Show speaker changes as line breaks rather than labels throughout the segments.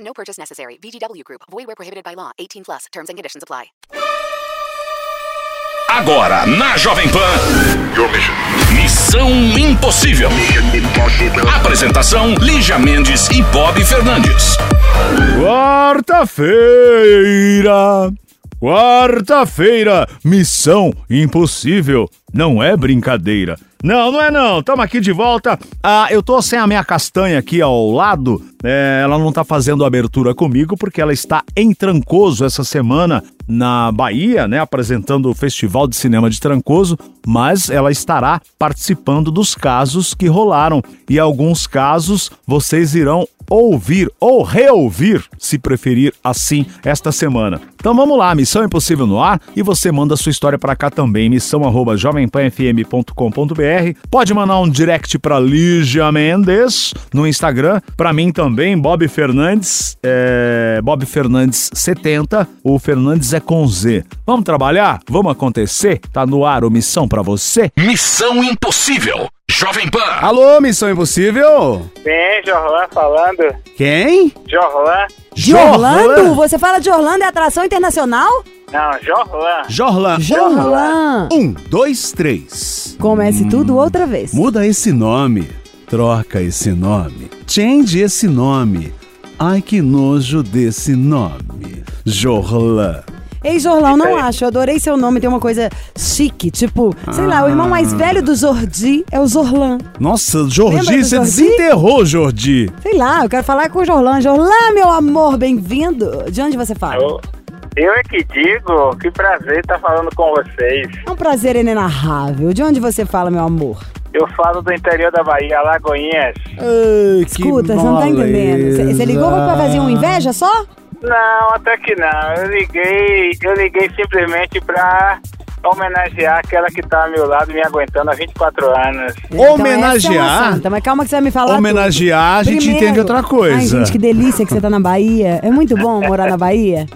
No purchase necessary. VGW Group. Void where prohibited by law. 18 plus. Terms and conditions apply.
Agora na Jovem Pan. Missão Impossível. Apresentação: Lígia Mendes e Bob Fernandes.
Quarta-feira! Quarta-feira, missão impossível. Não é brincadeira. Não, não é não. Tamo aqui de volta. Ah, eu tô sem a minha castanha aqui ao lado. É, ela não tá fazendo abertura comigo porque ela está em Trancoso essa semana na Bahia, né, apresentando o Festival de Cinema de Trancoso, mas ela estará participando dos casos que rolaram e alguns casos vocês irão ouvir ou reouvir, se preferir assim, esta semana. Então vamos lá, Missão Impossível no ar e você manda sua história para cá também, missão arroba jovempanfm.com.br. Pode mandar um direct para Lígia Mendes no Instagram, para mim também, Bob Fernandes, é, Bob Fernandes 70, o Fernandes é com Z. Vamos trabalhar? Vamos acontecer? Tá no ar o Missão para você?
Missão Impossível. Jovem Pan.
Alô, Missão Impossível?
Bem, Jorlan falando.
Quem?
Jorlan?
De Orlando? Você fala de Orlando, é atração internacional?
Não, Jorlan.
Jorlan. Hum.
Jorlan!
Um, dois, três.
Comece tudo outra vez.
Muda esse nome. Troca esse nome. Change esse nome. Ai, que nojo desse nome. Jorlan.
Ei, Jorlão, não acho. Eu adorei seu nome, tem uma coisa chique. Tipo, sei lá, o irmão
Ah.
mais velho do Jordi é o Zorlan.
Nossa,
Lembra
Jordi,
do
você
Jordi?
desenterrou, Jordi.
Sei lá, eu quero falar com o Jorlan. Jorlan, meu amor, bem-vindo. De onde você fala?
Eu, eu é que digo, que prazer estar falando com vocês.
É um prazer inenarrável. De onde você fala, meu amor?
Eu falo do interior da Bahia, Lagoinhas.
Escuta, você não tá entendendo. Você você ligou pra fazer uma inveja só?
Não, até que não. Eu liguei, eu liguei simplesmente pra homenagear aquela que tá ao meu lado, me aguentando há 24 anos.
Então,
Homenagear?
essa é uma santa, mas calma que você vai me falar.
Homenagear, a
tudo.
gente entende outra coisa.
Ai, gente, que delícia que você tá na Bahia. É muito bom morar na Bahia.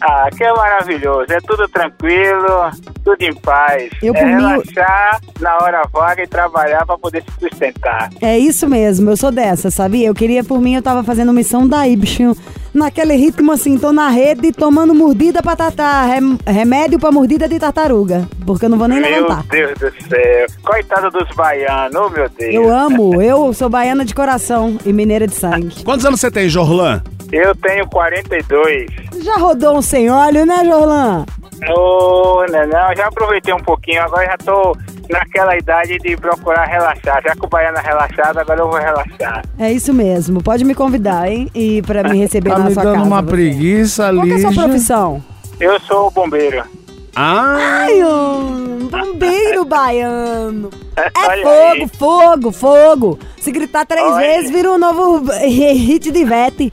Ah, que é maravilhoso. É tudo tranquilo, tudo em paz.
Eu,
é
por mim, eu-
relaxar na hora vaga e trabalhar pra poder se sustentar.
É isso mesmo, eu sou dessa, sabia? Eu queria, por mim, eu tava fazendo missão da Ibsen. Naquele ritmo assim, tô na rede tomando mordida pra tatar, rem- remédio pra mordida de tartaruga. Porque eu não vou nem
meu
levantar.
Deus do céu. Coitado dos baianos, oh, meu Deus.
Eu amo, eu sou baiana de coração e mineira de sangue.
Quantos anos você tem, Jorlan?
Eu tenho 42.
Já rodou um sem óleo, né, Jorlan?
Oh, não, não, já aproveitei um pouquinho, agora já tô naquela idade de procurar relaxar. Já que o baiano é relaxado, agora eu vou relaxar.
É isso mesmo, pode me convidar, hein? E pra me receber
Tá
na
me
sua
dando
casa.
uma
você.
preguiça,
Qual que é a sua
Lígia.
profissão?
Eu sou o bombeiro.
Ah,
Ai, um bombeiro baiano. É
Olha
fogo,
aí.
fogo, fogo. Se gritar três
Olha.
vezes, vira um novo hit de Ivete.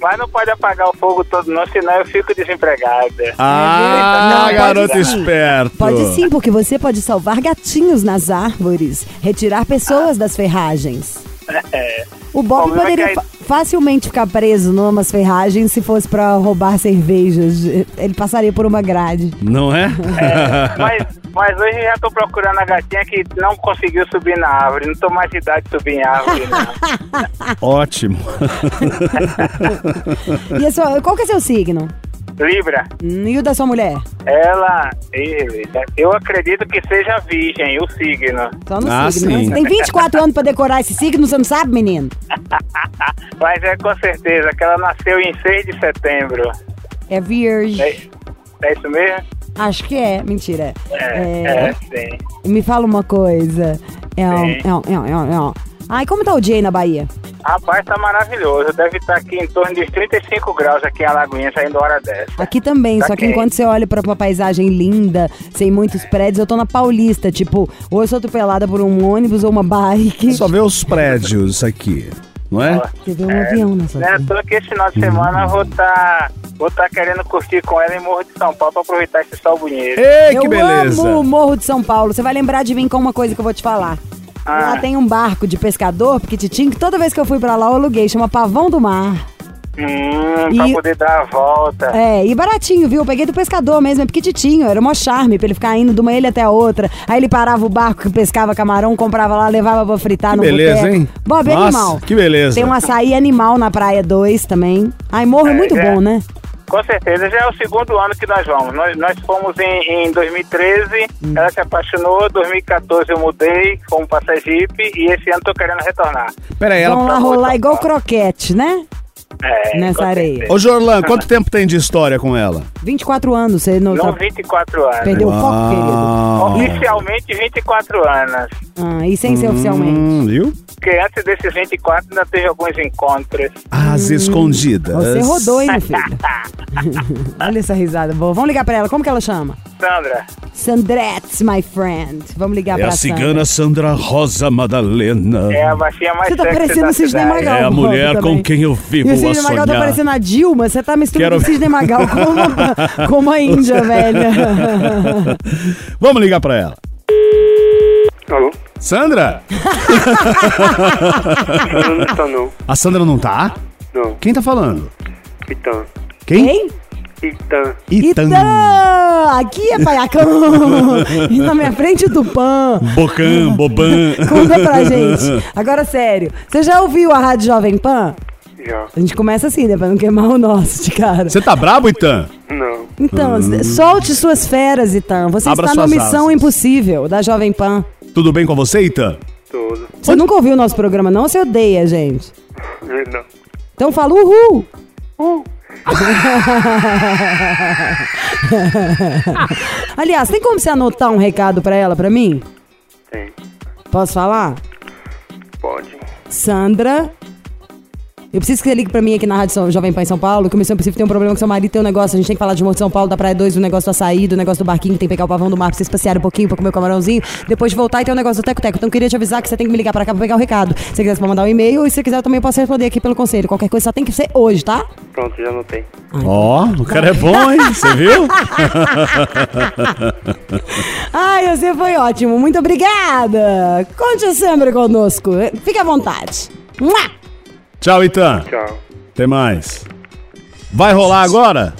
Mas não pode apagar o fogo todo não, senão eu fico desempregada.
ah
Não,
garoto
pode sim.
esperto.
Pode sim, porque você pode salvar gatinhos nas árvores, retirar pessoas das ferragens. O Bob
Problema
poderia
é que
fa- facilmente ficar preso numas ferragens se fosse pra roubar cervejas. Ele passaria por uma grade.
Não é?
Mas, mas hoje já tô procurando a gatinha que não conseguiu subir na árvore. Não tô mais de idade de subir em árvore, não.
Ótimo.
E a sua- qual que é seu signo?
Libra,
Hum, E o da sua mulher?
ela. ele- Eu acredito que seja virgem, o signo.
Só no
Ah,
signo. né?
sim.
Você tem 24 anos pra decorar esse signo, você não sabe, menino?
Mas é com certeza que ela nasceu em 6 de setembro.
É virgem.
É, é isso mesmo?
Acho que é. Mentira.
É,
É,
sim.
Me fala uma coisa. É um,
Sim.
é um, é um, é um, é um. Ai, como tá o dia aí na Bahia?
Rapaz, tá maravilhoso. Deve estar aqui em torno de 35 graus aqui em Alagoinha, saindo hora dessa.
Aqui também,
Tá
só que
quente.
enquanto você olha pra uma paisagem linda, sem muitos prédios, eu tô na Paulista. Tipo, ou eu sou atropelada por um ônibus ou uma bike.
Só vê os prédios aqui.
não é?
Teve um avião nessa
Né,
vida.
tô aqui esse final de semana, vou tá, vou tá querendo curtir com ela em Morro de São Paulo pra aproveitar esse sol bonito.
Ei,
Eu
que beleza!
amo o Morro de São Paulo. Você vai lembrar de mim com uma coisa que eu vou te falar.
Ah.
Lá tem um barco de pescador, Piquititim, que toda vez que eu fui pra lá eu aluguei, chama Pavão do Mar.
Hum,
E-
pra poder dar a volta.
É, e baratinho, viu? Eu peguei do pescador mesmo, é piquititinho, era mó charme pra ele ficar indo de uma ilha até a outra. Aí ele parava o barco que pescava camarão, comprava lá, levava pra fritar
Que
no
beleza,
boteco.
hein?
Bob, é
Nossa,
animal.
que beleza.
Tem um açaí animal na Praia 2 também. Ai, morro é, muito
é.
bom, né?
Com certeza, já é o segundo ano que nós vamos. Nós, nós fomos em, em 2013,
Hum.
ela se apaixonou, 2014 eu mudei, fomos pra Sergipe e esse ano tô querendo retornar.
Peraí, ela.
tá
Vão lá rolar igual croquete, né?
É,
Nessa
com
areia.
certeza.
Ô, Jorlan, quanto tempo tem de história com ela?
24 anos, você não,
Não,
tra-
24 anos.
perdeu o foco, querido.
Ah,
Oficialmente 24 anos.
Ah, e sem ser oficialmente.
hum, viu?
Porque antes desses 24 ainda teve alguns encontros.
As escondidas.
Hum,
É
Você rodou, hein, meu filho? Olha essa risada boa. Vamos ligar pra ela. Como que ela chama?
Sandra,
Sandrettes, my friend. Vamos ligar
É
pra
a cigana Sandra Rosa Madalena.
é a baixinha mais
Você tá
sexy
parecendo
da
o Sidney
cidade.
Magal.
É a
Bob,
mulher
também.
com quem eu vivo
E o
a
Sidney Magal tá
sonhar.
parecendo a Dilma. Você tá misturando
Quero-
o Sidney Magal com uma, com uma índia, velha.
Vamos ligar pra ela.
Alô?
Sandra?
Não, não tá não.
A Sandra não tá?
Não.
Quem tá falando?
Itan.
Quem?
Hein?
Itan.
Então, aqui é Paiacão. E na minha frente, Tupã.
Bocan, Boban.
Conta pra gente. Agora, sério. Você já ouviu a Rádio Jovem Pan?
Já.
A gente começa assim, né? Pra não queimar o nosso de cara.
Você tá brabo, Itan?
Não.
Então,
Hum.
solte suas feras, Itan. Você
Abra
está na
suas
Missão
asas.
Impossível, da Jovem Pan.
Tudo bem com você, Itan?
Todo.
Você nunca ouviu o nosso programa, não? Você odeia, gente.
Não.
Então fala uhul. Aliás, tem como você anotar um recado pra ela, pra mim?
Tem.
Posso falar?
Pode.
Sandra. Eu preciso que você ligue pra mim aqui na Rádio São- Jovem Pan em São Paulo, que o Missão Impossível tem um problema com seu marido, tem um negócio, a gente tem que falar de Morro de São Paulo, da Praia 2, do negócio do açaí, do negócio do barquinho, que tem que pegar o pavão do mar pra vocês passearem um pouquinho, pra comer o camarãozinho, depois de voltar e tem um negócio do teco-teco. Então eu queria te avisar que você tem que me ligar pra cá pra pegar o recado. Se você quiser, você pode mandar um e-mail, ou se você quiser, eu também posso responder aqui pelo conselho. Qualquer coisa só tem que ser hoje, tá?
Pronto, já anotei.
Ó, o cara é bom, hein? Você viu?
Ai, você foi ótimo, muito obrigada! Conte sempre conosco, fique à vontade. Mua!
Tchau, Itan.
Tchau.
Até mais. Vai rolar agora?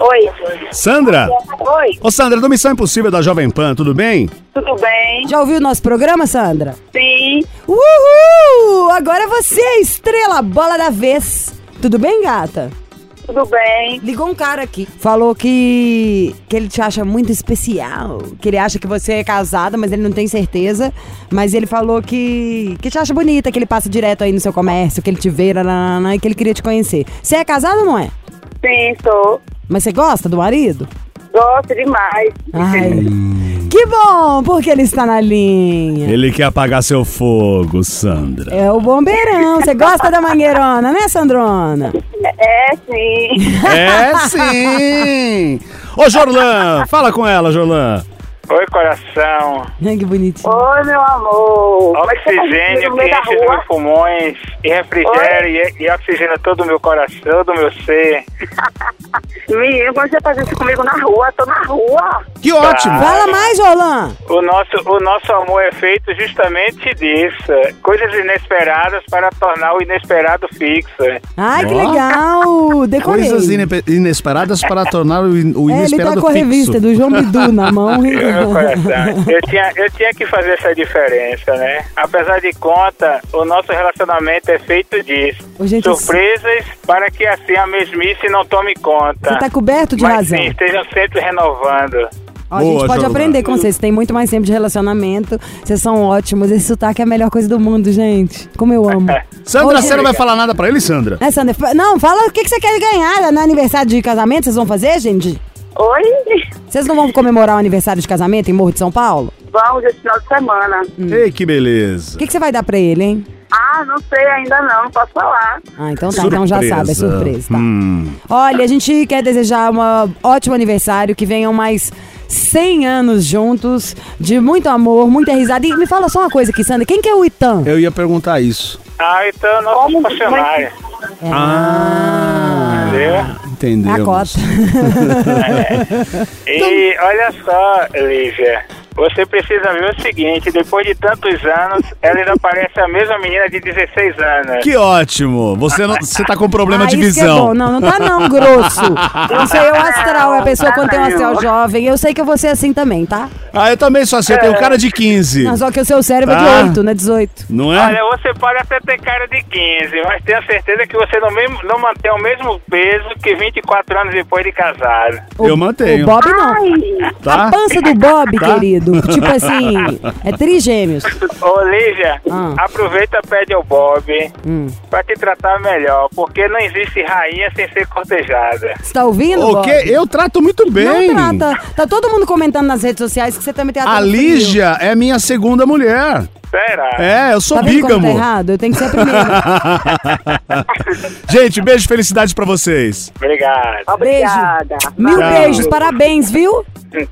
Oi.
Sandra?
Oi,
Ô, Sandra, do Missão Impossível da Jovem Pan, tudo bem?
tudo bem?
Já ouviu o nosso programa, Sandra?
Sim,
Uhul! Agora você é a estrela bola da vez. Tudo bem, gata?
tudo bem.
Ligou um cara aqui. Falou que, que ele te acha muito especial. Que ele acha que você é casada, mas ele não tem certeza. Mas ele falou que, que te acha bonita, que ele passa direto aí no seu comércio, que ele te vê, nananana, e que ele queria te conhecer. Você é casada ou não é?
Sim, sou.
Mas você gosta do marido?
Gosto demais.
Ai. que bom, porque ele está na linha.
Ele quer apagar seu fogo, Sandra.
É o bombeirão. Você gosta da mangueirona, né, Sandrona?
É, sim.
É sim! Ô, Jorlan, fala com ela, Jorlan.
Oi, coração.
Ai, que bonitinho.
Oi, meu amor. Como é que você tá
Oxigênio
no
que
meio da
enche os meus
rua?
pulmões e refrigera e, e oxigena todo o meu coração, do meu ser.
Menino, quando você faz isso comigo na rua, tô na rua.
Que ótimo!
Fala mais, Jolan.
O nosso, o nosso amor é feito justamente disso. Coisas inesperadas para tornar o inesperado fixo. né?
Ai, que
Ó.
legal. Decorei.
Coisas inepe- inesperadas para tornar o, in- o
é, ele
inesperado
tá com a revista
fixo.
do João Bidu na mão.
Meu coração. Eu tinha, eu tinha que fazer essa diferença, né? Apesar de conta, o nosso relacionamento é feito disso.
Ô, gente,
Surpresas para que assim a mesmice não tome conta.
Você tá coberto de
Mas
razão.
sim, estejam sempre renovando.
Ó, a
Boa,
gente pode
Jolan.
aprender com vocês. Tem muito mais tempo de relacionamento. Vocês são ótimos. Esse sotaque é a melhor coisa do mundo, gente. Como eu amo.
Sandra,
Ô,
você não vai falar nada pra ele, Sandra?
É, Sandra? fa- Não, fala o que, que você quer ganhar no aniversário de casamento. Vocês vão fazer, gente?
Oi?
Vocês não vão comemorar o aniversário de casamento em Morro de São Paulo?
Vamos esse final de semana.
Hum.
Ei, que beleza.
O que, que você vai dar pra ele, hein?
Ah, não sei ainda não, não posso falar.
Ah, então tá, então já
Surpresa.
sabe, é
Hum.
surpresa, tá? Olha, a gente quer desejar um ótimo aniversário, que venham mais 100 anos juntos, de muito amor, muita risada. E me fala só uma coisa aqui, Sandra, quem que é o Itan?
Eu ia perguntar isso.
Ah, então nós somos funcionários.
Ah,
Entendeu?
entendeu?
É a cota.
E
Então-
olha só, Lívia, você precisa ver o seguinte, depois de tantos anos, ela ainda parece a mesma menina de 16 anos.
Que ótimo! Você, não, você tá com problema
Ah,
de
isso que é bom.
visão.
Não, não tá não, grosso. Não sei, eu astral, é a pessoa quando tem um astral jovem. Eu sei que eu vou ser assim também, tá?
ah, eu também sou assim, eu
É.
tenho cara de 15.
Não, só que o seu cérebro é
Tá.
de 8, né? 18.
Não é?
Olha, você pode até ter cara de 15, mas tenha certeza que você não, mesmo, não mantém o mesmo peso que 24 anos depois de casado.
O-
Eu mantenho.
O Bob não. A
tá?
pança do Bob,
Tá.
querido. Tipo assim, é trigêmeos.
Ô, Lívia,
Ah.
aproveita pede ao Bob
Hum.
pra te tratar melhor, porque não existe rainha sem ser cortejada.
Você tá ouvindo,
O quê? Eu trato muito
Bob?
bem.
Não trata. Tá todo mundo comentando nas redes sociais que você tá também tem
A
atraso frio.
Lígia é minha segunda mulher.
Será?
É, eu sou
Tá vendo como tá
bígamo.
errado? Eu tenho que ser a primeira.
Gente, beijo, felicidades pra vocês.
Obrigado.
Beijo.
Obrigada.
Mil
Tchau.
beijos, parabéns, viu?
Beijo,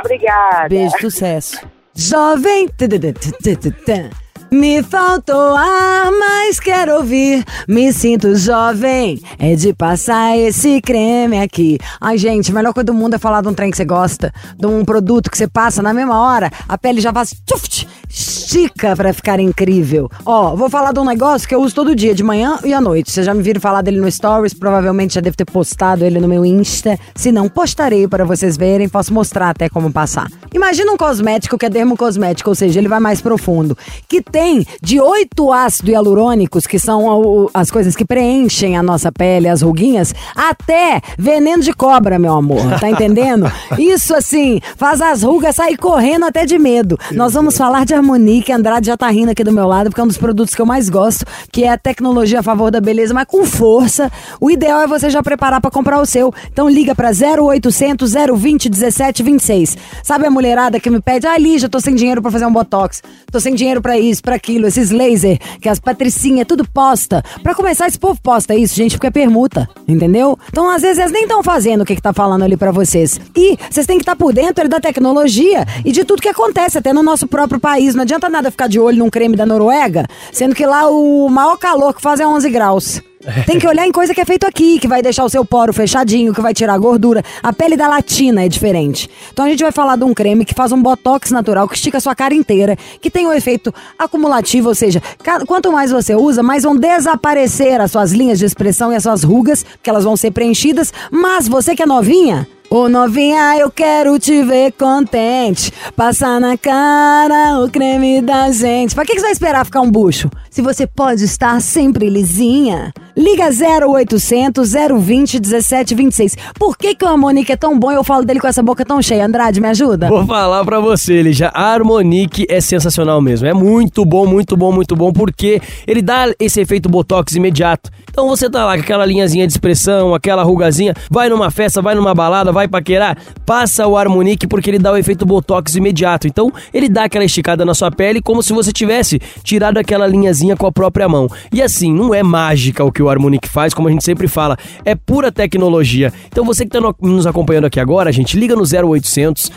obrigada.
Beijo, sucesso. Jovem. tã-tã-tã-tã-tã. Me faltou ar, mas quero ouvir. Me sinto jovem. É de passar esse creme aqui. Ai, gente, a melhor coisa do mundo é falar de um trem que você gosta, de um produto que você passa na mesma hora, a pele já faz. tchuft, estica pra ficar incrível. Ó, vou falar de um negócio que eu uso todo dia, de manhã e à noite. Vocês já me viram falar dele no Stories, provavelmente já devo ter postado ele no meu Insta. Se não, postarei para vocês verem, posso mostrar até como passar. Imagina um cosmético que é dermocosmético, ou seja, ele vai mais profundo, que tem de oito ácido hialurônicos, que são o- as coisas que preenchem a nossa pele, as ruguinhas, até veneno de cobra, meu amor. Tá entendendo? Isso assim, faz as rugas sair correndo até de medo. Nós vamos falar de Harmonique, Andrade já tá rindo aqui do meu lado, porque é um dos produtos que eu mais gosto, que é a tecnologia a favor da beleza, mas com força. O ideal é você já preparar pra comprar o seu. Então liga pra 0800 020 1726. Sabe a mulherada que me pede: "Ah, Lígia, tô sem dinheiro pra fazer um botox. Tô sem dinheiro pra isso, pra aquilo, esses laser que as patricinha tudo posta". Pra começar esse povo posta isso, gente, porque é permuta, entendeu? Então às vezes elas nem estão fazendo o que que tá falando ali pra vocês. E vocês têm que estar por dentro é da tecnologia e de tudo que acontece até no nosso próprio país. Não adianta nada ficar de olho num creme da Noruega, sendo que lá o maior calor que faz é 11 graus. Tem que olhar em coisa que é feito aqui, que vai deixar o seu poro fechadinho, que vai tirar a gordura. A pele da latina é diferente. Então a gente vai falar de um creme que faz um botox natural, que estica a sua cara inteira, que tem um efeito acumulativo, ou seja, ca- quanto mais você usa, mais vão desaparecer as suas linhas de expressão e as suas rugas, que elas vão ser preenchidas. Mas você que é novinha, Ô novinha, eu quero te ver contente. Passar na cara o creme da gente. Pra que, que você vai esperar ficar um bucho? Se você pode estar sempre lisinha. Liga 0800 020 1726. Por que, que o Harmonique é tão bom e eu falo dele com essa boca tão cheia? Andrade, me ajuda?
Vou falar pra você, Lígia. A Harmonique é sensacional mesmo. É muito bom, muito bom, muito bom, porque ele dá esse efeito botox imediato. Então você tá lá com aquela linhazinha de expressão, aquela rugazinha, vai numa festa, vai numa balada, vai paquerar, passa o Harmonique porque ele dá o efeito botox imediato. Então ele dá aquela esticada na sua pele como se você tivesse tirado aquela linhazinha com a própria mão. E assim, não é mágica o que o Harmonique faz, como a gente sempre fala, é pura tecnologia. Então você que tá no- nos acompanhando aqui agora, gente, liga no 0800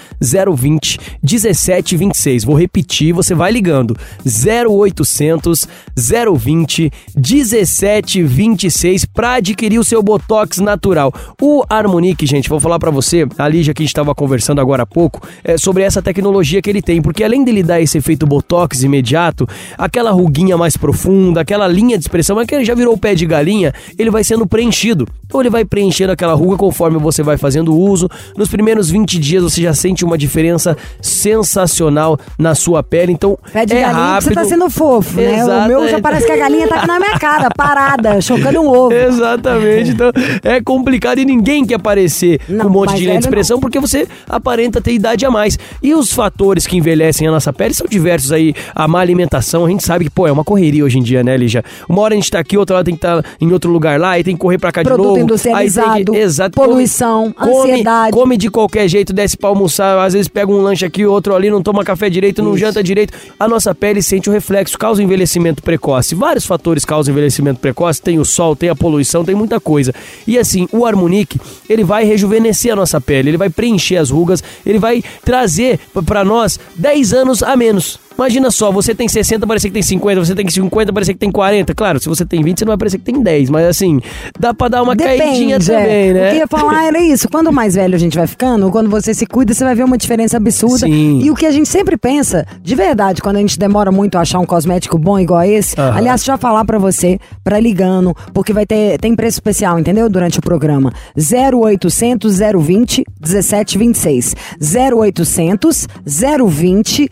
020 1726. Vou repetir, você vai ligando. 0800 020 1726 para adquirir o seu Botox natural. O Harmonique, gente, vou falar para você, a Lígia que a gente estava conversando agora há pouco, é, sobre essa tecnologia que ele tem, porque além dele dar esse efeito Botox imediato, aquela ruguinha mais profunda, aquela linha de expressão, é que ele já virou o pé de galinha, ele vai sendo preenchido. Então ele vai preenchendo aquela ruga conforme você vai fazendo uso. Nos primeiros 20 dias você já sente uma diferença sensacional na sua pele. Então
Pé de
é
galinha
rápido. é.
que você tá sendo fofo, né? O meu já
Exatamente.
parece que a galinha tá aqui na minha cara, parada, chocando um ovo.
É. Exatamente. Então é complicado e ninguém quer aparecer com
Não, é
um monte
mais
de linha de
velho
expressão porque você aparenta ter idade a mais. E os fatores que envelhecem a nossa pele são diversos aí. A má alimentação, a gente sabe que, pô, é uma correria hoje em dia, né, Lígia? Uma hora a gente tá aqui, outra hora tem que estar em tá outro lugar lá e tem que correr pra cá
Produto
de novo. Aí tem
industrializado,
que- exato,
poluição,
come,
ansiedade.
Come de qualquer jeito, desce pra almoçar, às vezes pega um lanche aqui, outro ali, não toma café direito, não janta direito. A nossa pele sente o reflexo, causa envelhecimento precoce. Vários fatores causam envelhecimento precoce, tem o sol, tem a poluição, tem muita coisa. E assim, o Harmonic, ele vai rejuvenescer a nossa pele, ele vai preencher as rugas, ele vai trazer pra nós 10 anos a menos. Imagina só, você tem 60, parece que tem 50, você tem 50, parece que tem 40. Claro, se você tem 20, você não vai parecer que tem 10, mas assim, dá pra dar uma caidinha
Depende, é.
também, né?
O que eu ia falar era isso. Quando mais velho a gente vai ficando, quando você se cuida, você vai ver uma diferença absurda.
Sim.
E o que a gente sempre pensa, de verdade, quando a gente demora muito a achar um cosmético bom igual esse,
Aham.
aliás, já falar pra você, pra ligando, porque vai ter tem preço especial, entendeu? Durante o programa. 0800 020 1726. 0800 020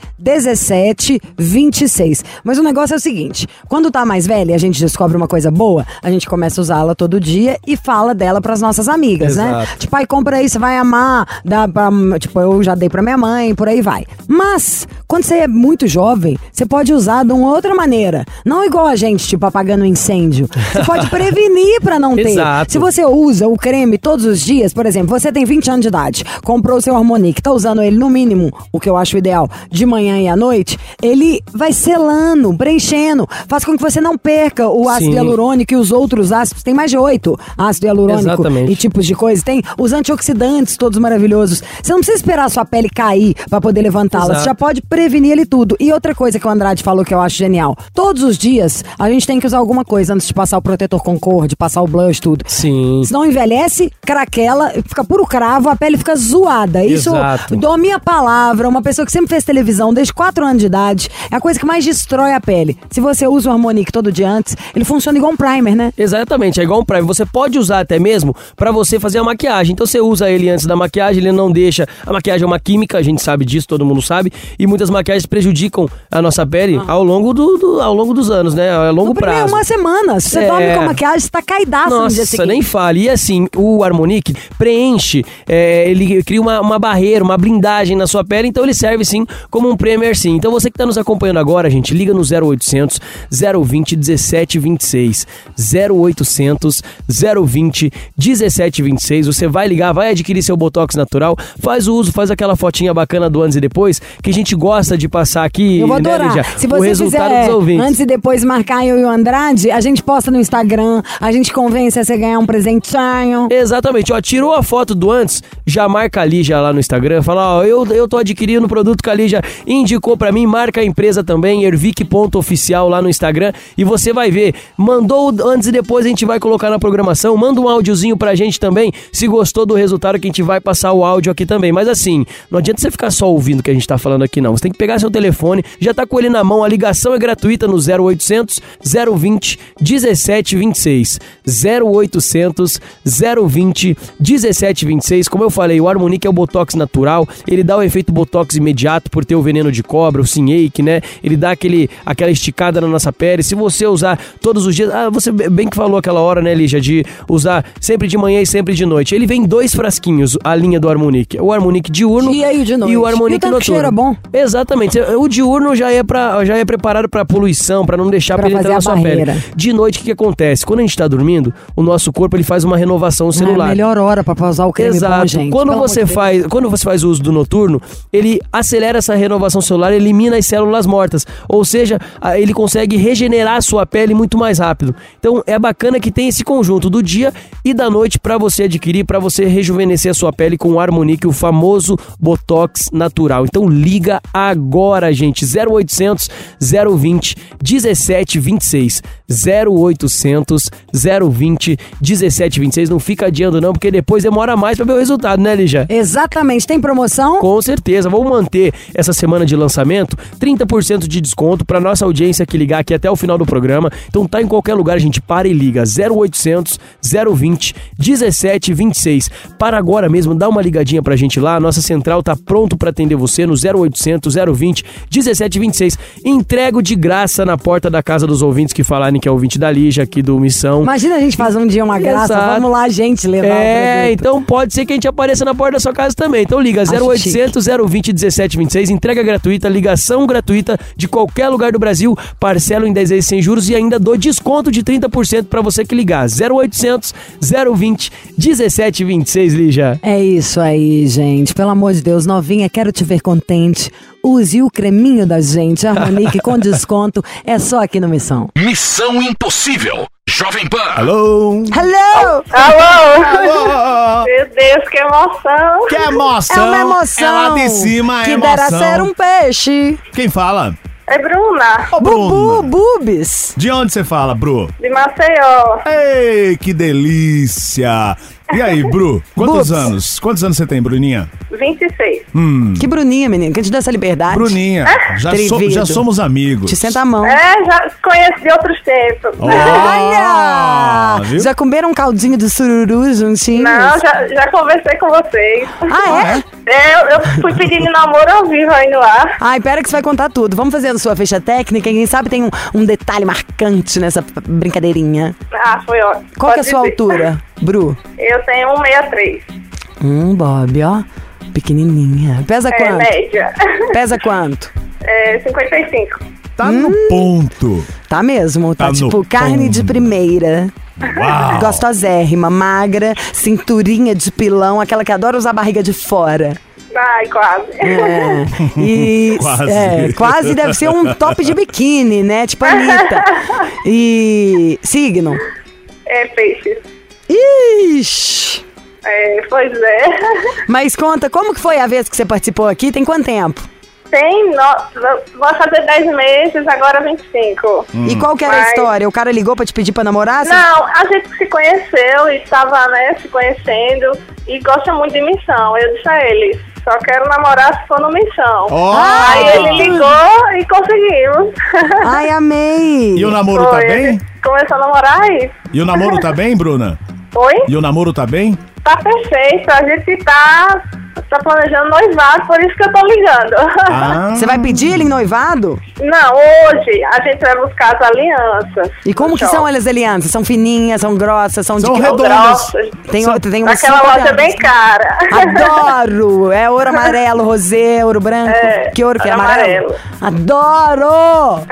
1726. Mas o negócio é o seguinte, quando tá mais velha, e a gente descobre uma coisa boa, a gente começa a usá-la todo dia e fala dela pras nossas amigas, né?
Exato.
Tipo, ai, compra isso, vai amar. Dá pra, tipo, eu já dei pra minha mãe, por aí vai. Mas, quando você é muito jovem, você pode usar de uma outra maneira. Não igual a gente, tipo, apagando incêndio. Você pode prevenir pra não ter.
Exato.
Se você usa o creme todos os dias, por exemplo, você tem 20 anos de idade, comprou o seu Harmonic, tá usando ele no mínimo, o que eu acho ideal, de manhã e à noite, ele vai selando, preenchendo, faz com que você não perca o ácido
Sim.
hialurônico e os outros ácidos. Tem mais de oito ácido hialurônico
Exatamente.
e tipos de coisa. Tem os antioxidantes todos maravilhosos. Você não precisa esperar a sua pele cair pra poder levantá-la. Você
Exato.
já pode prevenir ele tudo. E outra coisa que o Andrade falou que eu acho genial. Todos os dias a gente tem que usar alguma coisa antes de passar o protetor Concorde, passar o blush, tudo.
Sim.
Senão envelhece, craquela, fica puro cravo, a pele fica zoada. Isso,
Exato.
dou a minha palavra, uma pessoa que sempre fez televisão desde 4 anos de idade, é a coisa que mais destrói a pele. Se você usa o Harmonic todo dia antes, ele funciona igual um primer, né?
Exatamente, é igual um primer. Você pode usar até mesmo pra você fazer a maquiagem. Então você usa ele antes da maquiagem, ele não deixa. A maquiagem é uma química, a gente sabe disso, todo mundo sabe. E muitas maquiagens prejudicam a nossa pele ao, longo do, do- ao longo dos anos, né? A longo
No primeiro
prazo.
uma semana, se você
É.
dorme com a maquiagem, você tá caidaço no dia
Nossa,
seguinte.
nem fale. E assim, o Harmonic preenche, é, ele cria uma, uma barreira, uma blindagem na sua pele, então ele serve sim como um Premier sim. Então você que tá nos acompanhando agora, gente, liga no 0800 020 1726. 0800 020 1726. Você vai ligar, vai adquirir seu Botox natural, faz o uso, faz aquela fotinha bacana do antes e depois, que a gente gosta de passar aqui,
Eu vou
né,
adorar.
Lígia?
Se
o
você
resultado
fizer
dos ouvintes.
antes e depois marcar eu e o Andrade, a gente posta no Instagram, a gente convence a você ganhar um presentinho.
É, Exatamente, ó, tirou a foto do antes, já marca a Lígia lá no Instagram, fala, ó, eu, eu tô adquirindo o produto que a Lígia indicou pra mim, marca a empresa também, ervic.oficial lá no Instagram, e você vai ver, mandou o antes e depois a gente vai colocar na programação, manda um áudiozinho pra gente também, se gostou do resultado que a gente vai passar o áudio aqui também, mas assim, não adianta você ficar só ouvindo o que a gente tá falando aqui não, você tem que pegar seu telefone, já tá com ele na mão, a ligação é gratuita no 0800 020 1726, 0800 020 1726. Como eu falei, o Harmonic é o botox natural, ele dá o efeito botox imediato por ter o veneno de cobra, o sinhake, né? Ele dá aquele, aquela esticada na nossa pele. Se você usar todos os dias, ah, você bem que falou aquela hora, né, Lígia, de usar sempre de manhã e sempre de noite. Ele vem em dois frasquinhos, a linha do Harmonic. O Harmonic diurno
Dia e de noite.
e o
E o
Harmonic
tanto que
noturno.
cheira bom.
Exatamente. O diurno já é para já é preparado para poluição, para não deixar
Pra
pra ele entrar
fazer
na
a
sua
barreira.
pele. De noite, o que, que acontece? Quando a gente tá dormindo, o nosso corpo ele faz uma renovação
É a
celular.
melhor hora pra usar o creme
Exato.
bom, gente.
Quando
Pelo amor
você
de Deus.
faz, quando você faz o uso do noturno, ele acelera essa renovação celular, elimina as células mortas, ou seja, a- ele consegue regenerar a sua pele muito mais rápido. Então é bacana que tem esse conjunto do dia e da noite pra você adquirir, pra você rejuvenescer a sua pele com o Harmonique, o famoso botox natural. Então liga agora, gente, 0800 020 1726. 0800 020 1726. Não fica adiando não, porque depois demora mais pra ver o resultado, né, Lígia?
Exatamente, tem promoção?
Com certeza, vamos manter essa semana de lançamento 30% de desconto para nossa audiência que ligar aqui até o final do programa. Então tá em qualquer lugar, a gente para e liga 0800 020 1726. Para agora mesmo, dá uma ligadinha pra gente lá, a nossa central tá pronto para atender você no 0800 020 1726. Entrego de graça na porta da casa dos ouvintes que falarem que é ouvinte da Lígia aqui do Missão.
Imagina a gente fazer um dia uma graça,
Exato.
vamos lá, gente, levar o
É,
produto.
então pode ser que a gente apareça na porta da sua casa também. Então liga
Acho
0800 020 1726, entrega gratuita, ligação versão gratuita de qualquer lugar do Brasil, parcelo em 10 vezes sem juros e ainda dou desconto de 30% para você que ligar 0800 020 1726, Lígia.
É isso aí, gente. Pelo amor de Deus, novinha, quero te ver contente. Use o creminho da gente, Harmonique, com desconto. É só aqui no Missão.
Hum.
Missão Impossível. Jovem Pan.
Alô?
Hello!
Alô? Meu Deus, que emoção.
Que emoção.
É uma emoção.
É lá de cima, é
Que
emoção.
dera ser um
peixe.
Quem fala?
É Bruna.
Ô, Bruna.
Bubis.
De onde você fala, Bru?
De Maceió.
Ei, que delícia. E aí, Bru? Quantos
Bubs.
anos? Quantos anos você tem, Bruninha?
26.
Hum.
Que Bruninha, menino, que a gente deu essa liberdade.
Bruninha,
Ah!
já, so-
Atrevido.
já somos amigos.
Te senta a mão.
É, já conheço de outros tempos.
Olha!
viu?
Já comeram um caldinho de um sururu juntinhos?
Não, já, já conversei com vocês.
Ah,
é? eu, eu fui pedindo namoro ao vivo aí no ar.
Ai, pera que você vai contar tudo. Vamos fazer a sua ficha técnica e quem sabe tem um, um detalhe marcante nessa p- brincadeirinha.
Ah, foi ótimo.
Qual que é a
Pode
sua
dizer.
altura, Bru?
Eu tenho 163.
Hum, Bob, ó. Pequenininha. Pesa
é,
quanto?
média.
Pesa quanto? Hum?
É, 55.
Tá no ponto.
Tá mesmo, tá,
Tá no
tipo carne de primeira.
Ah,
Uau.
Gostosérrima, magra, cinturinha de pilão, aquela que adora usar a barriga de fora.
Ai, quase.
É. E
Quase.
é, quase deve ser um top de biquíni, né? Tipo Anitta. E signo.
É, peixe.
Ixi!
É, pois é.
Mas conta, como que foi a vez que você participou aqui? Tem quanto tempo?
Tem, no... vai fazer 10 meses, agora 25.
Hum.
E qual que era a
Mas-
história? O cara ligou pra te pedir pra namorar? Você-
Não, a gente se conheceu e estava, né, se conhecendo e gosta muito de missão. Eu disse a ele, só quero namorar se for no missão.
Ó!
Aí ele ligou e conseguimos.
Ai, amei!
E o namoro tá
Foi, a
bem?
gente Começou a namorar aí.
E o namoro tá bem, Bruna?
Oi?
E o namoro tá bem?
Tá perfeito, a gente tá, tá planejando noivado, por isso que eu tô ligando.
Ah.
Você vai pedir ele em noivado?
Não, hoje a gente vai buscar as alianças.
E como que
Então,
são as alianças? São fininhas, são grossas, são,
São
de que...
redondas.
Tem,
São-
outra- tem umas
Naquela
cinco
loja é bem cara.
Adoro! É ouro amarelo, rosé, ouro branco.
É,
que ouro que é
é
amarelo? Adoro!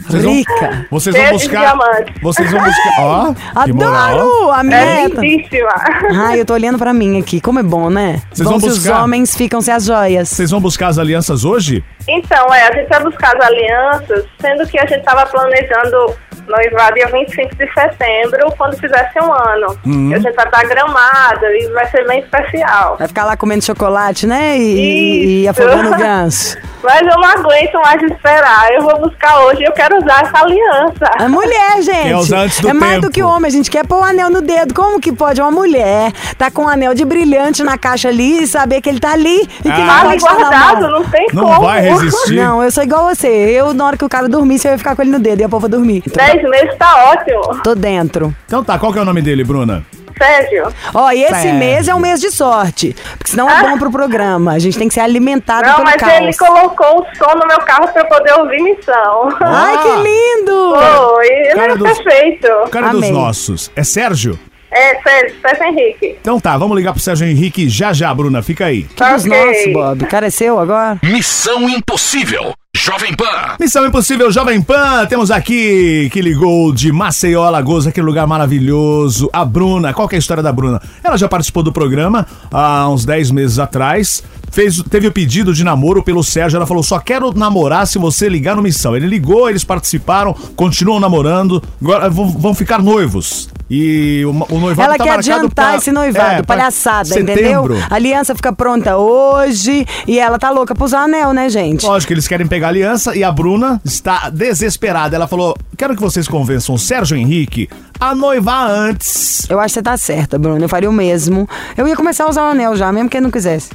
Vocês vão-
Rica!
Vocês vão buscar. Vocês vão buscar. Ó, que moral.
Adoro!
É
A é meta!
lindíssima!
Ai, eu tô olhando pra mim aqui. Como é bom, né?
Vocês
bom
vão
se os
buscar?
homens ficam sem as joias.
Vocês vão buscar as alianças hoje?
Então, é, a gente vai buscar as alianças, sendo que a gente estava planejando noivado dia 25 de setembro, quando fizesse um ano.
Uhum.
E A gente vai estar gramado e vai ser bem especial.
Vai ficar lá comendo chocolate, né? E, e
Isso.
afogando o ganso.
Mas eu não aguento mais esperar. Eu vou buscar hoje e eu quero usar essa aliança.
É mulher, gente.
Quer usar antes do
é mais
tempo.
do que homem. A gente quer pôr o anel no dedo. Como que pode uma mulher tá com um anel de brilhante na caixa ali e saber que ele tá ali e que
Ah.
não pode
Ali
estar tá na
guardado,
mão?
não tem Não como. vai resistir.
Não, eu sou igual você. Eu, na hora que o cara dormisse, eu ia ficar com ele no dedo e a povo dormir.
Dez meses tá ótimo.
Tô dentro.
Então tá, qual que é o nome dele, Bruna?
Sérgio.
Ó, e esse
Sérgio.
mês é um mês de sorte. Porque senão é bom pro programa. A gente tem que ser alimentado
Ah. Não,
pelo
mas
caos.
ele colocou o som no meu carro pra eu poder ouvir missão.
Ai, que lindo!
Foi, ele
Cara
é
dos-
perfeito.
O cara dos nossos. É Sérgio?
É, Sérgio, Sérgio Henrique.
Então tá, vamos ligar pro Sérgio Henrique já já, Bruna. Fica aí.
Que dos nossos, Bob. Careceu agora?
Missão Impossível. Jovem Pan.
Missão Impossível Jovem Pan, temos aqui que ligou de Maceió, Alagoas, aquele lugar maravilhoso. A Bruna, qual que é a história da Bruna? Ela já participou do programa há uns 10 meses atrás, fez, teve o pedido de namoro pelo Sérgio, ela falou, só quero namorar se você ligar no Missão. Ele ligou, eles participaram, continuam namorando, agora vão, vão ficar noivos. E o, o noivado
Ela
tá
quer
marcado
adiantar
pra-
esse noivado,
é, pra
palhaçada,
setembro.
entendeu? A aliança fica pronta hoje e ela tá louca pra usar anel, né, gente?
Lógico, eles querem pegar a aliança e a Bruna está desesperada. Ela falou: quero que vocês convençam o Sérgio Henrique a noivar antes.
Eu acho que você tá certa, Bruno. Eu faria o mesmo. Eu ia começar a usar o anel já, mesmo que ele não quisesse.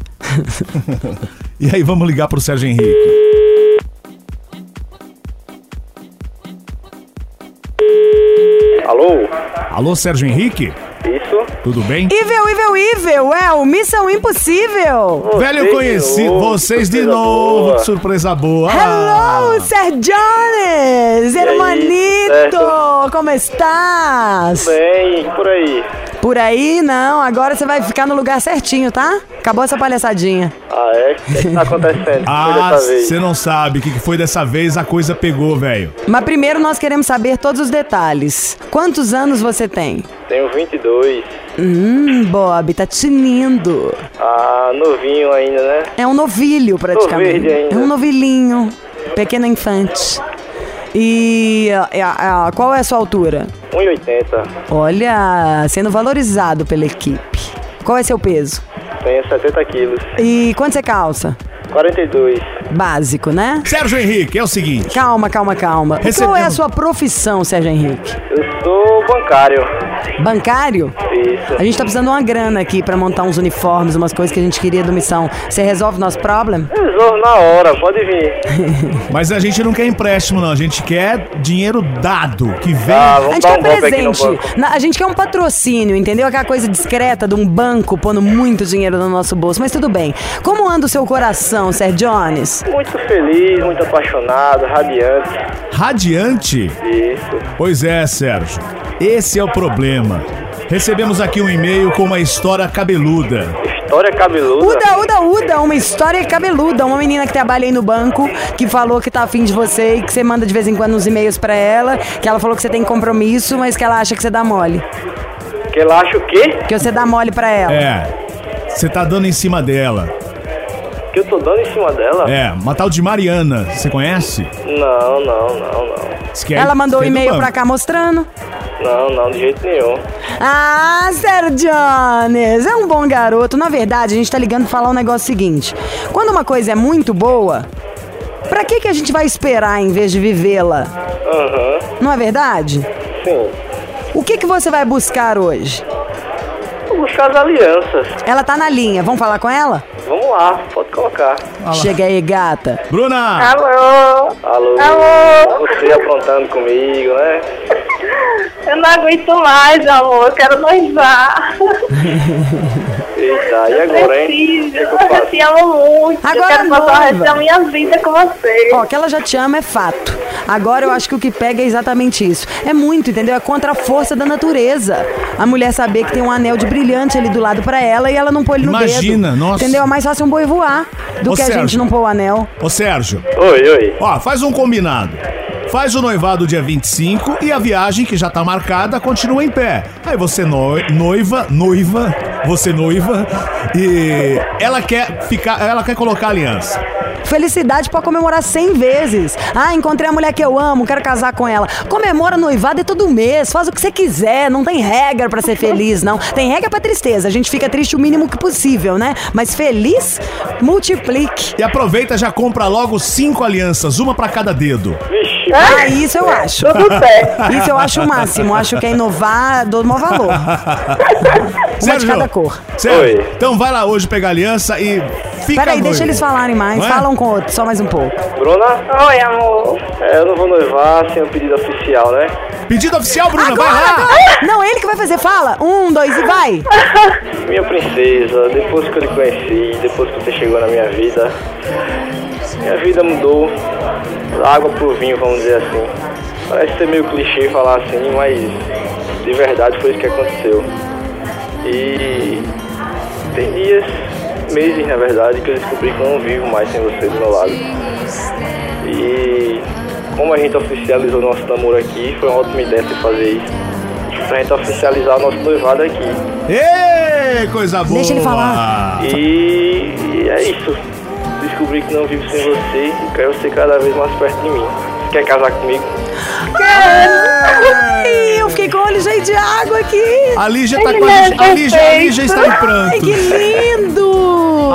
E aí, vamos ligar pro Sérgio Henrique.
Alô?
Alô, Sérgio Henrique?
Isso?
Tudo bem?
Evil, evil, evil! É, o Missão Impossível!
Velho conhecido, vocês de novo,
boa.
que surpresa boa. Ah,
Hello, Sergiones!
Ah. aí,
Hermanito!
certo?
Como estás?
Bem, por aí.
Por aí, não. Agora você vai ficar no lugar certinho, tá? Acabou essa palhaçadinha.
Ah, é? O que, é que tá acontecendo?
Ah,
Foi dessa vez.
você não sabe o que que foi dessa vez, a coisa pegou, velho.
Mas primeiro nós queremos saber todos os detalhes. Quantos anos você tem?
Tenho 22.
Hum, Bob, tá tinindo.
Ah, novinho ainda, né?
É um novilho, praticamente.
verde ainda.
É um novilhinho. Pequeno infante. E ah, ah, ah, qual é a sua altura?
1,80.
Olha, sendo valorizado pela equipe. Qual é seu peso?
Tenho 70 quilos.
E quanto você calça?
42.
Básico, né?
Sérgio Henrique, é o seguinte.
Calma, calma, calma. Qual é a sua profissão, Sérgio Henrique?
Eu sou bancário.
Bancário?
Isso.
A gente tá precisando de uma grana aqui pra montar uns uniformes, umas coisas que a gente queria do missão. Você resolve o nosso problema?
Resolvo na hora, pode vir.
Mas a gente não quer empréstimo, não. A gente quer dinheiro dado, que vem.
Tá,
a gente
um
quer
é
presente. Na- a gente quer um patrocínio, entendeu? Aquela coisa discreta de um banco pondo muito dinheiro no nosso bolso. Mas tudo bem. Como anda o seu coração, Sir Jones?
Muito feliz, muito apaixonado, radiante.
Radiante?
Isso.
Pois é, Sérgio. Esse é o problema. Recebemos aqui um e-mail com uma história cabeluda.
História cabeluda.
Uda, uda, uda, uma história cabeluda. Uma menina que trabalha aí no banco, que falou que tá afim de você e que você manda de vez em quando uns e-mails pra ela, que ela falou que você tem compromisso, mas que ela acha que você dá mole.
Que ela acha o quê?
Que você dá mole pra ela.
É. Você tá dando em cima dela.
Que eu tô dando em cima dela?
É, uma tal de Mariana. Você conhece?
Não, não, não, não.
Diz que é-
Ela mandou um
diz que é do
e-mail
banco.
pra cá mostrando.
Não, não, de jeito nenhum.
Ah, Sérgio Jones, é um bom garoto. Na verdade, a gente tá ligando pra falar um negócio seguinte. Quando uma coisa é muito boa, pra que, que a gente vai esperar em vez de vivê-la?
Aham,
Não é verdade?
sim.
O que, que você vai buscar hoje?
Vou buscar as alianças.
Ela tá na linha, vamos falar com ela?
Vamos lá, pode colocar.
Chega aí, gata.
Bruna!
Alô?
Alô?
Alô?
Você aprontando comigo, né?
Eu não aguento mais, amor. Eu quero noivar.
Eita, e agora, hein? O
Preciso.
que, é que eu
Eu
faço?
te amo muito.
Agora
eu quero passar o resto
noiva.
da minha vida com você.
Ó, que ela já te ama é fato. Agora eu acho que o que pega é exatamente isso. É muito, entendeu? É contra a força da natureza. A mulher saber que tem um anel de brilhante ali do lado pra ela e ela não pôr ele no dedo.
Imagina, nossa.
Entendeu? É mais fácil um boi voar do
Ô,
que a gente
Sérgio.
não pôr o anel.
Ô, Sérgio.
Oi, oi.
Ó, faz um combinado. Faz o noivado dia 25 e a viagem, que já tá marcada, continua em pé. É, Aí você noi- noiva, noiva, você noiva, e ela quer ficar, ela quer colocar aliança.
Felicidade pra comemorar 100 vezes. Ah, encontrei a mulher que eu amo, quero casar com ela. Comemora noivado é todo mês, faz o que você quiser, não tem regra pra ser feliz, não. Tem regra pra tristeza, a gente fica triste o mínimo que possível, né? Mas feliz, multiplique.
E aproveita, já compra logo cinco alianças, uma pra cada dedo.
Vixe,
Ah, isso eu acho.
Tudo certo.
Isso eu acho o máximo. Acho que é inovar, dou o maior valor. Uma de
Sérgio,
cada cor.
Sérgio,
Oi.
então vai lá hoje pegar aliança e fica
Peraí,
noivo.
deixa eles falarem mais.
Vai?
Falam com o outro, só mais um pouco.
Bruna?
Oi, amor.
É, eu não vou noivar sem um pedido oficial, né?
Pedido oficial, Bruna,
Agora,
vai lá.
agora! Não, ele que vai fazer. Fala! Um, dois e vai!
Minha princesa, depois que eu lhe conheci, depois que você chegou na minha vida, minha vida mudou. Da água pro vinho, vamos dizer assim. Parece ser meio clichê falar assim, mas de verdade foi isso que aconteceu. E tem dias, meses na verdade, que eu descobri que eu não vivo mais sem você do meu lado. E como a gente oficializou nosso namoro aqui, foi uma ótima ideia você fazer isso. Pra gente oficializar o nosso noivado aqui.
Ê, coisa boa.
Deixa ele falar.
E, e é isso. Descobri que não vivo sem você e quero ser cada vez mais perto de mim. Quer casar comigo?
Ai, eu fiquei com o olho cheio de água aqui!
Ah, A Lígia tá
Ele
com a
é
Lígia. A Lígia, a Lígia está em
Ai,
pranto.
que lindo!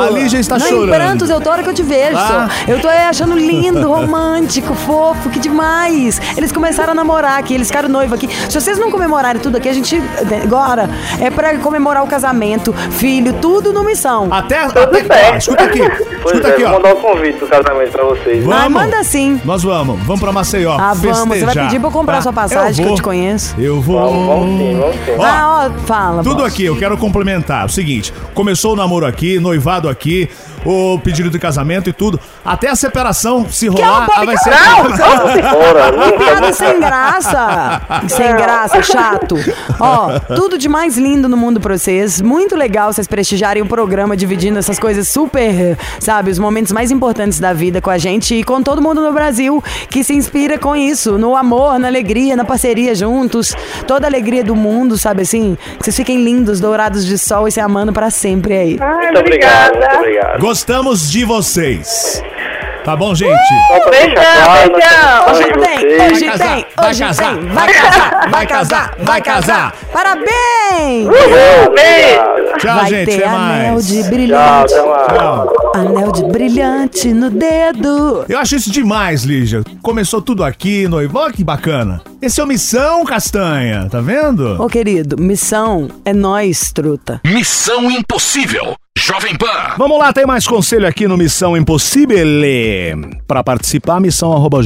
A Lígia está
Não,
chorando.
Em prantos, eu tô a hora que eu te vejo.
Ah.
Eu tô é, achando lindo, romântico, fofo, que demais. Eles começaram a namorar aqui, eles ficaram noivo aqui. Se vocês não comemorarem tudo aqui, a gente. Agora, é pra comemorar o casamento, filho, tudo no missão.
Até, até ó, escuta aqui,
Pois
escuta
é,
aqui,
vou
ó.
mandar o convite do casamento pra vocês.
Vamos.
Ah, manda sim.
Nós vamos, vamos pra Maceió.
Ah, vamos. Você vai
festejar,
pedir pra eu comprar
tá?
sua passagem, que eu
vou,
te conheço.
Eu vou.
Vamos, vamos sim, vamos sim.
Ó,
ah, ó, fala.
Tudo
boss.
aqui, eu quero complementar. O seguinte, começou o namoro aqui, noivado aqui. o pedido de casamento e tudo. Até a separação se
Que é
rolar,
uma
ah,
boa
vai ser.
piada.
né?
Uma piada sem graça. Sem graça, chato. Ó, tudo de mais lindo no mundo pra vocês. Muito legal vocês prestigiarem o programa, dividindo essas coisas super, sabe, os momentos mais importantes da vida com a gente e com todo mundo no Brasil que se inspira com isso, no amor, na alegria, na parceria juntos, toda a alegria do mundo, sabe assim? Que vocês fiquem lindos, dourados de sol e se amando pra sempre aí.
Muito obrigado, obrigada. muito
obrigado.
Gostamos de vocês. Tá bom, gente?
né?
Hoje
Vai
tem,
casar,
hoje tem,
vai
hoje
casar,
tem.
vai casar, vai casar, vai casar.
Parabéns!
Uhul,
beijo!
Tchau,
Vai
gente,
ter
até
anel
mais.
de
Tchau,
Ah,
brilhante.
até mais. Tchau.
Anel de brilhante no dedo.
Eu acho isso demais, Lígia. Começou tudo aqui, noivo. Olha que bacana. Esse é o Missão Castanha, tá vendo?
Ô, querido, missão é nós, truta.
Missão Impossível. Jovem Pan.
Vamos lá, tem mais conselho aqui no Missão Impossível. Para participar, missão arroba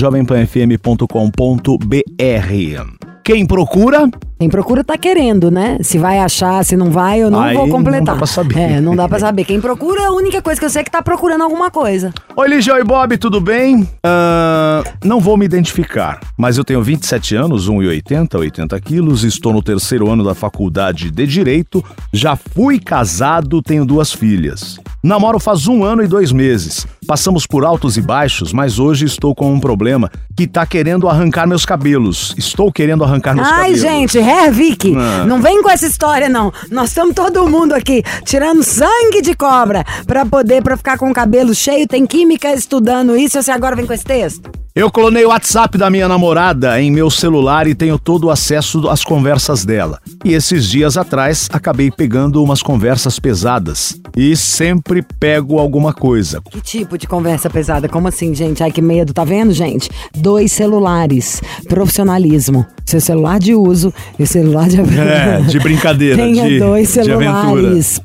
jovempanfm.com.br. Quem procura?
Quem procura tá querendo, né? Se vai achar, se não vai, eu não
Aí
vou
não
completar.
dá pra saber.
É, não dá pra saber. Quem procura é a única coisa que eu sei é que tá procurando alguma coisa.
Oi, Ligia e Bob, tudo bem? Ah, não vou me identificar, mas eu tenho 27 anos, 1,80, 80 quilos, estou no terceiro ano da faculdade de Direito, já fui casado, tenho duas filhas. Namoro faz um ano e dois meses. Passamos por altos e baixos, mas hoje estou com um problema que tá querendo arrancar meus cabelos. Estou querendo arrancar meus
Ai,
Tá cabelos.
gente, Hervik,
Ah.
não vem com essa história, não. Nós estamos todo mundo aqui tirando sangue de cobra pra poder, pra ficar com o cabelo cheio. Tem química estudando isso. e Você agora vem com esse texto?
Eu clonei o WhatsApp da minha namorada em meu celular e tenho todo o acesso às conversas dela. E esses dias atrás acabei pegando umas conversas pesadas. E sempre pego alguma coisa.
Que tipo de conversa pesada? Como assim, gente? Ai, que medo, tá vendo, gente? Dois celulares. Profissionalismo. Seu celular de uso e o celular de
É, de brincadeira,
Tenha
de-
dois
de aventura.
celulares.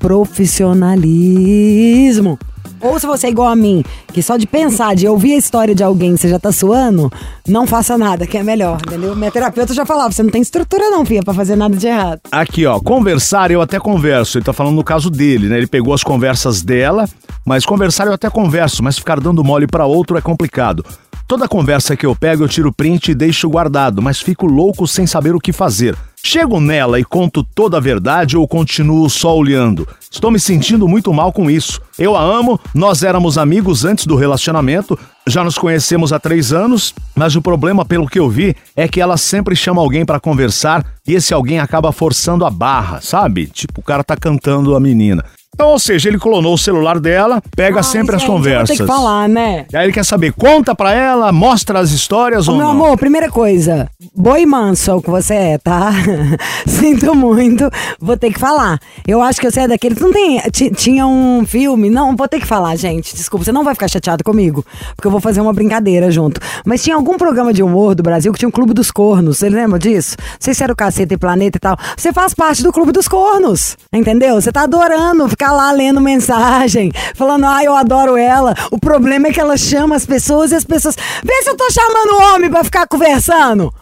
Profissionalismo. Ou se você é igual a mim, que só de pensar, de ouvir a história de alguém, você já tá suando, não faça nada, que é melhor, entendeu? Minha terapeuta já falava, você não tem estrutura não, filha, pra fazer nada de errado.
Aqui, ó, conversar eu até converso. Ele tá falando no caso dele, né? Ele pegou as conversas dela, mas conversar eu até converso, mas ficar dando mole pra outro é complicado. Toda conversa que eu pego, eu tiro print e deixo guardado, mas fico louco sem saber o que fazer. Chego nela e conto toda a verdade ou continuo só olhando? Estou me sentindo muito mal com isso. Eu a amo, nós éramos amigos antes do relacionamento, já nos conhecemos há três anos, mas o problema, pelo que eu vi, é que ela sempre chama alguém pra conversar e esse alguém acaba forçando a barra, sabe? Tipo, o cara tá cantando a menina. Então, ou seja, ele clonou o celular dela, pega sempre as
Gente, eu vou
conversas.
ter que falar, né?
E aí ele quer saber, conta pra ela, mostra as histórias
Ô,
ou
meu
não?
amor, primeira coisa, boi manso é o que você é, tá? Sinto muito, vou ter que falar. Eu acho que você é daqueles. Não tem. ti- Tinha um filme. Não, vou ter que falar, gente. Desculpa, você não vai ficar chateado comigo, porque eu vou fazer uma brincadeira junto. Mas tinha algum programa de humor do Brasil que tinha um Clube dos Cornos. Você lembra disso? Não sei se era o Caceta e Planeta e tal. Você faz parte do Clube dos Cornos, entendeu? Você tá adorando ficar lá lendo mensagem, falando, ah, eu adoro ela. O problema é que ela chama as pessoas e as pessoas. Vê se eu tô chamando o homem pra ficar conversando.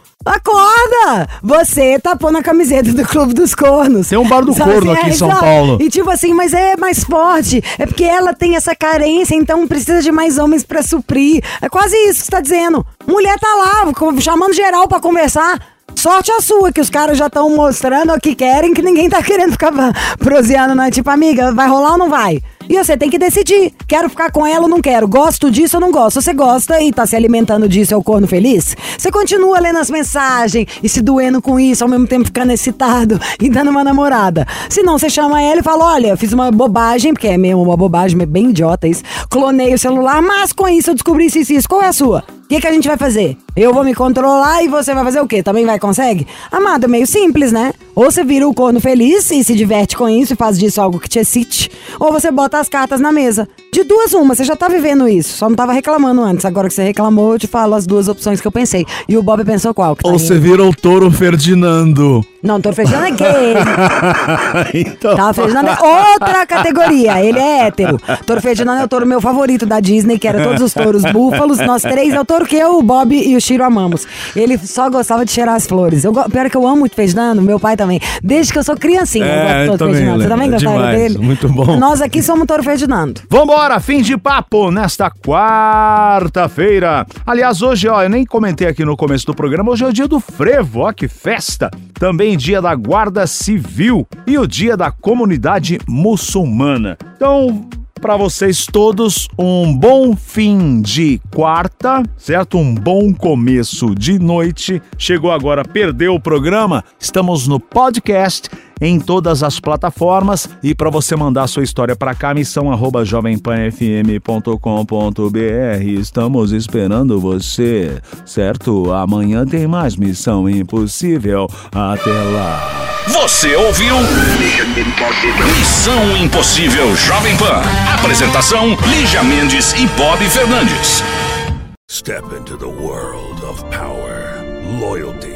Acorda! Você tá pondo a camiseta do Clube dos Cornos. assim, é Tem
um bar do corno aqui em São Paulo.
E tipo assim, mas é mais forte. É porque ela tem essa carência, então precisa de mais homens pra suprir. É quase isso que você tá dizendo. Mulher tá lá, co- chamando geral pra conversar. Sorte a sua, que os caras já estão mostrando o que querem, que ninguém tá querendo ficar proseando, não é? Tipo, amiga, vai rolar ou não vai? E você tem que decidir. Quero ficar com ela ou não quero? Gosto disso ou não gosto? Você gosta e tá se alimentando disso, é o corno feliz? Você continua lendo as mensagens e se doendo com isso, ao mesmo tempo ficando excitado e dando uma namorada. Se não, você chama ela e fala: olha, fiz uma bobagem, porque é mesmo uma bobagem, é bem idiota isso. Clonei o celular, mas com isso eu descobri isso e isso, isso. Qual é a sua? O que, que a gente vai fazer? Eu vou me controlar e você vai fazer o quê? Também vai, consegue? Amado, é meio simples, né? Ou você vira o corno feliz e se diverte com isso e faz disso algo que te excite, ou você bota as cartas na mesa. De duas, uma, você já tá vivendo isso, só não tava reclamando antes. Agora que você reclamou, eu te falo as duas opções que eu pensei. E o Bob pensou qual? Que tá
Ou
aí?
você vira o touro Ferdinando.
Não, tô fechando é gay.
então.
Tava Ferdinando é outra categoria. Ele é hétero. Toro Ferdinando é o touro meu favorito da Disney, que era todos os touros búfalos. Nós três é o touro que eu, o Bob e o Chiro amamos. Ele só gostava de cheirar as flores. Eu, go- pior que eu amo muito Ferdinando, meu pai também. Desde que eu sou criancinha,
É,
eu gosto do
eu
touro
também
Ferdinando. Você
lembro.
também gostava
Demais,
dele?
muito bom.
Nós aqui somos touro Ferdinando.
Vambora, fim de papo nesta quarta-feira. Aliás, hoje, ó, eu nem comentei aqui no começo do programa, hoje é o dia do frevo, ó, que festa. Também dia da Guarda Civil e o dia da comunidade muçulmana. Então, pra vocês todos, um bom fim de quarta, certo? Um bom começo de noite. Chegou agora, perdeu o programa? Estamos no podcast em todas as plataformas e para você mandar sua história para cá, missão arroba jovempanfm.com.br. Estamos esperando você, certo? Amanhã tem mais Missão Impossível. Até lá.
Você ouviu? Missão Impossível Jovem Pan. Apresentação: Lígia Mendes e Bob Fernandes.
Step into the world of power, loyalty,